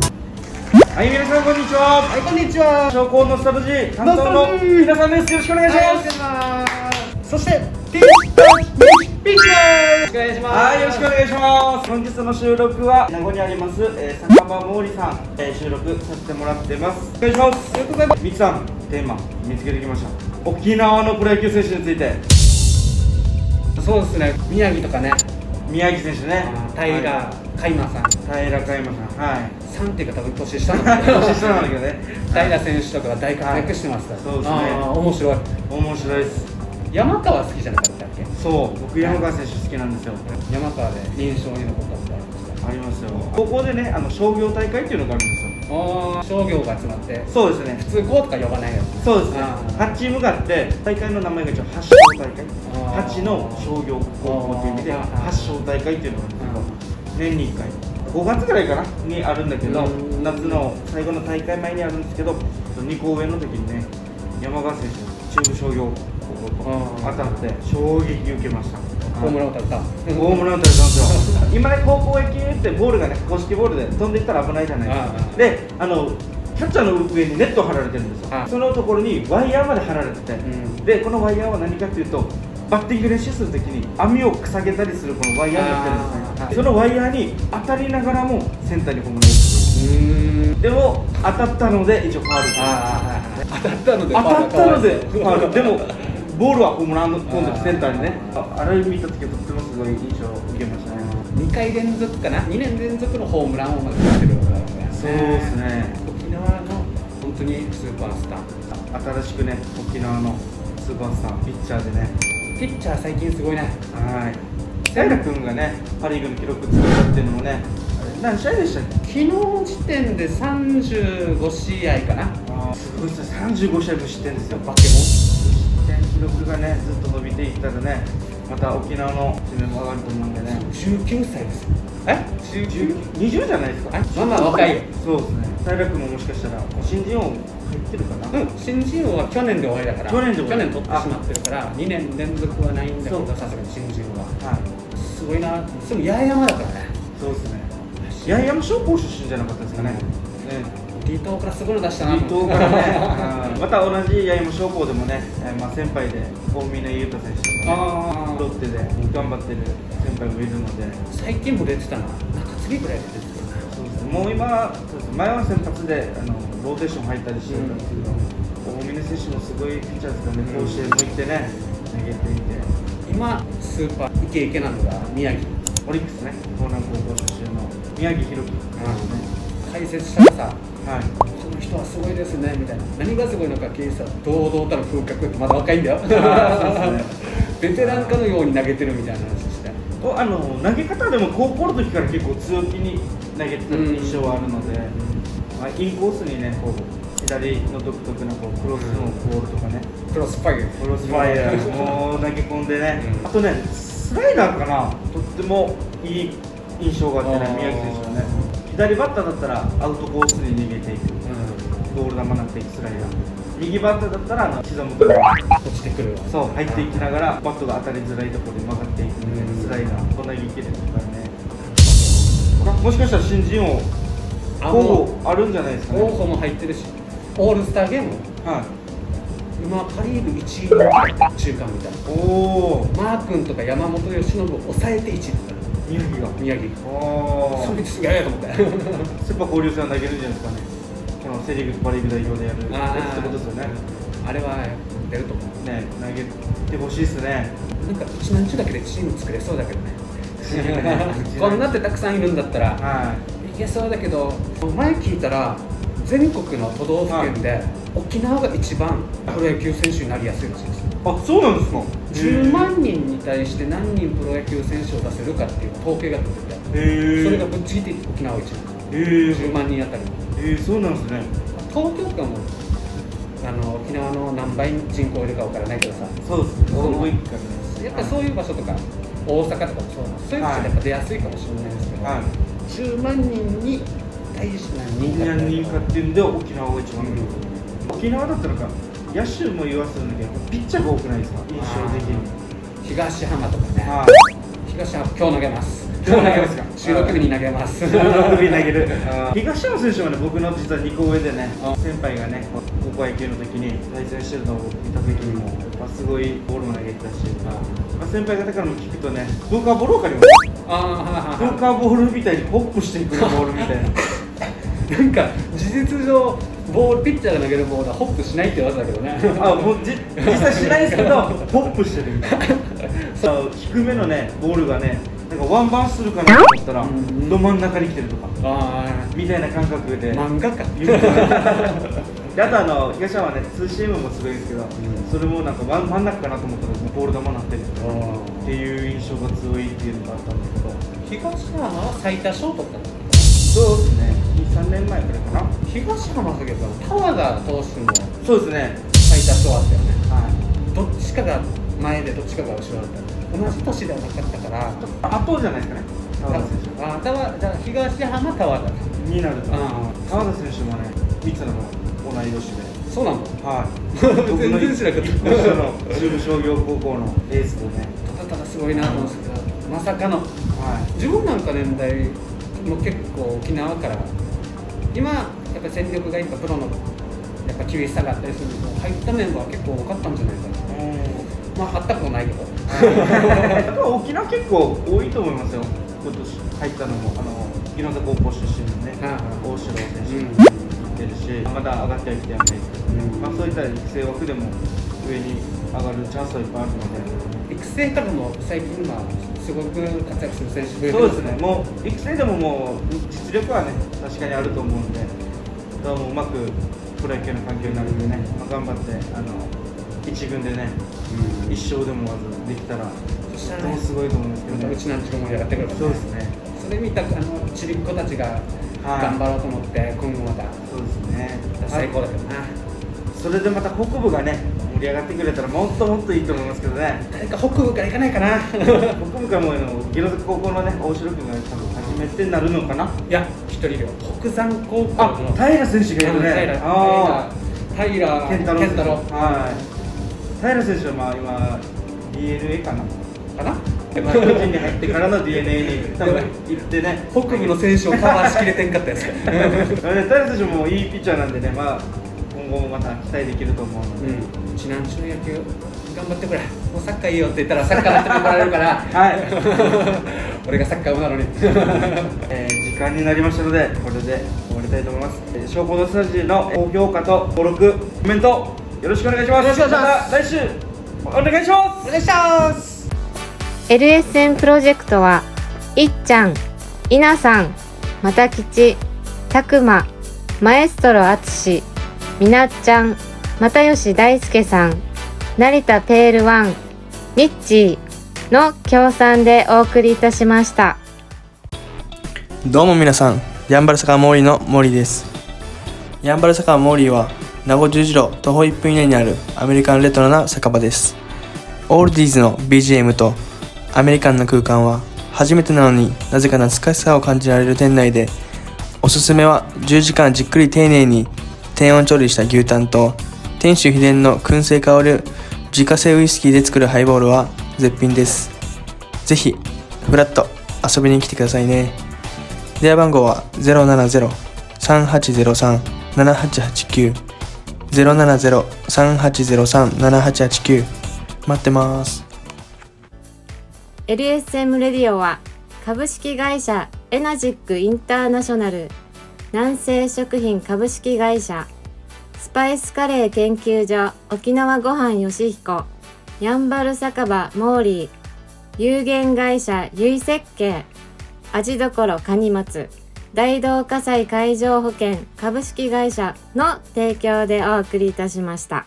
はい、皆さんこんにちは。はい、こんにちは。商工ノスタルジー担当ノスのタルジー皆さんです。よろしくお願いします。ます。そして、ピッピッピッピッよろしくお願いします。はい、よろしくお願いします。本日の収録は名護にあります、えー、酒場毛利さん、えー収録させてもらってます。お願いします。ありがとうございます。みきさん、テーマ見つけてきました。沖縄のプロ野球選手について、そうですね、宮城とかね、宮城選手ね。平海馬さん、はい。平加山さん、 はい。さんっていうか多分年下なんだけど年下なんだけどね。平選手とかが大活躍してますから、はいそうですねああ面白い。面白いです。山川好きじゃなかったっけ？そう、僕山川選手好きなんですよ。山川で印象に残ったことありました。ありますよ。ここでね、あの商業大会っていうのがあるんですよ。ああ、商業が集まって、そうですね。普通こうとか呼ばないやつ。そうですねあー8チームがあって大会の名前が一応発祥大会あー8の商業高校っていう意味であー発祥大会っていうのがあるんですけど年に1回5月ぐらいかなにあるんだけどうん夏の最後の大会前にあるんですけど2校上の時にね山川選手中部商業高校とあー当たって衝撃受けましたホームラン打たれた。ホームラン打たれたんですよ 今ね高校野球ってボールがね公式ボールで飛んでいったら危ないじゃないああああですかであのキャッチャーの上にネット張られてるんですよああそのところにワイヤーまで張られてて、うんでこのワイヤーは何かというとバッティング練習するときに網を下げたりするこのワイヤーになってるんですねああそのワイヤーに当たりながらもセンターにホームラン打つうん。でも当たったので一応ファウルああ、当たったので。当たったので、まあ、でもあ、ボールはホームラン今度センターにね、ああれ見たときはとってもすごい印象を受けましたね。二回連続かな、二年連続のホームランをまず打ってるわけだからねそうです。ね、沖縄の本当にスーパースター。新しくね、沖縄のスーパースター、ピッチャーでね、ピッチャー最近すごいね。はい、平君がね、パ・リーグの記録作ったっていうのもね、あれ何試合でしたっけ昨日時点で三十五試合かな。あーすごいですね、35試合無失点ですよ、バケモ失点記録がね、ずっと伸びていったらね、また沖縄の攻めも上がると思うんでね、ン。十九歳です。え19 20じゃないですかあ、まあまあ若いよ。そうですね、平君ももしかしたら、新人王入ってるかな。うん、新人王は去年で終わりだから去年で終わり取ってしまってるから2年連続はないんだけどそうさすがに新人王ははいすごいなすぐ八重山だからねそうですね。八重山商工出身じゃなかったですかね。ね離島からすごいの出したな、離島からねうんまた同じ八重山商工でもね、えーまあ先輩で大峰優太選手とか、ね、あロッテで頑張ってる先輩もいるので、あ最近も出てたな中継ぎぐらいで出てたなそうですね。もう今そうですね前は先発であのローテーション入ったりしてたんですけど、大峰選手もすごいピッチャーですからね、うん甲子園も行ってね、投げていて、今スーパーイケイケなのが宮城オリックスね、江南高校出身の宮城弘樹君です解説したらさね。はい。その人はすごいですねみたいな何がすごいのか聞いてたら堂々たる風格ってまだ若いんだよあそうですベテランかのように投げてるみたいな話しておあの投げ方でも高校の時から結構強気に投げてた印象はあるので、まあ、インコースにねこう左の独特なこうクロスのボールとかね、クロスファイアクロスファイヤーも投げ込んでね、うんあとねスライダーかなとってもいい印象があってあーね宮城選手はね左バッターだったらアウトコースに逃げていくボール球になっていくスライダー右バッターだったらあの膝元に落ちてくるわそう入っていきながらバットが当たりづらいところに曲がっていくみたいなスライダーこんなにいけるからねもしかしたら新人王あ候補あるんじゃないですかね候補も入ってるしオールスターゲームはい今パ・リーグ1位ぐらい中間みたいなおおマー君とか山本由伸を抑えて1位だっ宮城がた宮城おそーれすげえと思ってセ・パ交流戦は投げるんじゃないですかねこのセ・リーグとパ・リーグ代表でやるあやつってことですよねーあれは出ると思ね投げてほしいですねうなんかうちなんちゅうだけでチーム作れそうだけど ねチームねこんなってたくさんいるんだったらはいけそうだけど前聞いたら全国の都道府県で沖縄が一番プロ野球選手になりやすいらしいですいあそうなんですか10万人に対して何人プロ野球選手を出せるかっていう統計が取ってて、へえそれがぶっちぎって沖縄一番、えー、 10万人あたりえー、そうなんですね東京とかもあの沖縄の何倍人口いるかわからないけどさそうですねその多いからねやっぱそういう場所とか大阪とかもそうなんですそういう場所ってやっぱ出やすいかもしれないですけど、はい10万人に対して何人か何人かっていうんで沖縄が一番多い、う沖縄だったらか野手も言わせるんだけどピッチャーが多くないですか印象的に東浜とかねはい東浜今日投げますどう投げまどう投すげかますか 収録日に投 げます首投げる東山選手もね僕の実は2個上でね先輩がね高校野球の時に対戦してるのを見た時にも、まあ、すごいボールも投げてたし、まあ、先輩方からも聞くとねブーカーボールわかりますああブーカーボールみたいにホップしていくボールみたいななんか事実上ボールピッチャーが投げるボールはホップしないって技だけどね あもうじ実際しないですけどホップしてるみ たいなそう低めのねボールがねなんかワンバウンドするかなと思ったらうんど真ん中に来てるとかあみたいな感覚あで漫画か であとあの東山はねツーシームもすごいですけど、それもなんか真真ん中かなと思ったらボール球になってるっていう印象が強いっていうのがあったんですけど東浜は最多賞取ったのそうですね23年前くらいかな東浜だけどタワが投手もそうですね最多賞あったよねはいどっちかが前でどっちかが後ろだった同じ年ではなかったから圧倒じゃないですかね澤田選あタワじゃあ東浜タワだ手になるとうん澤田選手もね三つの同い年でそうなのはい全然知らなかった僕の一個下の中部商業高校のエースでねただただすごいなと思うんですけどまさかのは自分なんか年代も結構沖縄から今やっぱり戦力がいっぱいプロのやっぱ厳しさがあったりするんで入ったメンバー結構多かったんじゃないかいなまああったことないけどやっぱ沖縄結構多いと思いますよ、今年入ったのも、あの宜野座高校出身のね、うん大城選手も行ってるし、まだ上がってはきてはないですけど、うんまあ、そういった育成枠でも上に上がるチャンスはいっぱいあるので、育成からも最近今すごく活躍する選手増えてそうですねね、もう育成でももう実力はね、確かにあると思うんで、どうもうまくプロ野球の環境になるんでね、まあ、頑張って、あの一軍でね、一生でもまずできたら、そしたらとてもすごいと思うんですけどまたうね。ちなんちが盛り上がってくるからそうですね。それ見たあのちびっ子たちが頑張ろうと思って今後またそうですね。最高だけどなそれでまた北部がね盛り上がってくれたらもっともっといいと思いますけど ね。誰か北部から行かないかな北部からもうあのギロザ高校のね大城君が多分初めてなるのかな。いや一人よ北山高校のあ、平選手がいるね。あ平平あ、健健太太郎郎。健太郎はい。平選手はまあ今 DNA かな。かなまあ巨人に入ってからの DNA に多分行ってね。北部の選手をカバーしきれてんかったやつなので平選手もいいピッチャーなんでね、まあ今後もまた期待できると思うので。うんうちなんちの野球頑張ってくれもうサッカーいいよって言ったらサッカーの人に怒られるからはい。俺がサッカー部なのにえー時間になりましたのでこれで終わりたいと思います、えー、証拠のスタジオの高評価と登録コメントよろしくお願いしますよろしくお願いた来します週お願いしますお願いします。 LSN プロジェクトはいっちゃん、いなさん、またきち、たくま、マエストロあつし、みなっちゃん、またよし大輔さん、成田ペールワン、ミッチーの協賛でお送りいたしました。どうも皆さん、ヤンバル坂モーリーの森です。ヤンバル坂モーリーは、名護十字路徒歩1分以内にあるアメリカンレトロな酒場です。オールディーズの BGM とアメリカンな空間は、初めてなのになぜか懐かしさを感じられる店内で、おすすめは10時間じっくり丁寧に低温調理した牛タンと、店主秘伝の燻製香る自家製ウイスキーで作るハイボールは絶品です。ぜひ、フラッと遊びに来てくださいね。電話番号は070-3803-7889 070-3803-7889待ってます。 LSM レディオは株式会社エナジックインターナショナル南西食品株式会社スパイスカレー研究所沖縄ごはんよしひこやんばる酒場モーリー有限会社ゆい設計味どころかにまつ大同火災海上保険株式会社の提供でお送りいたしました。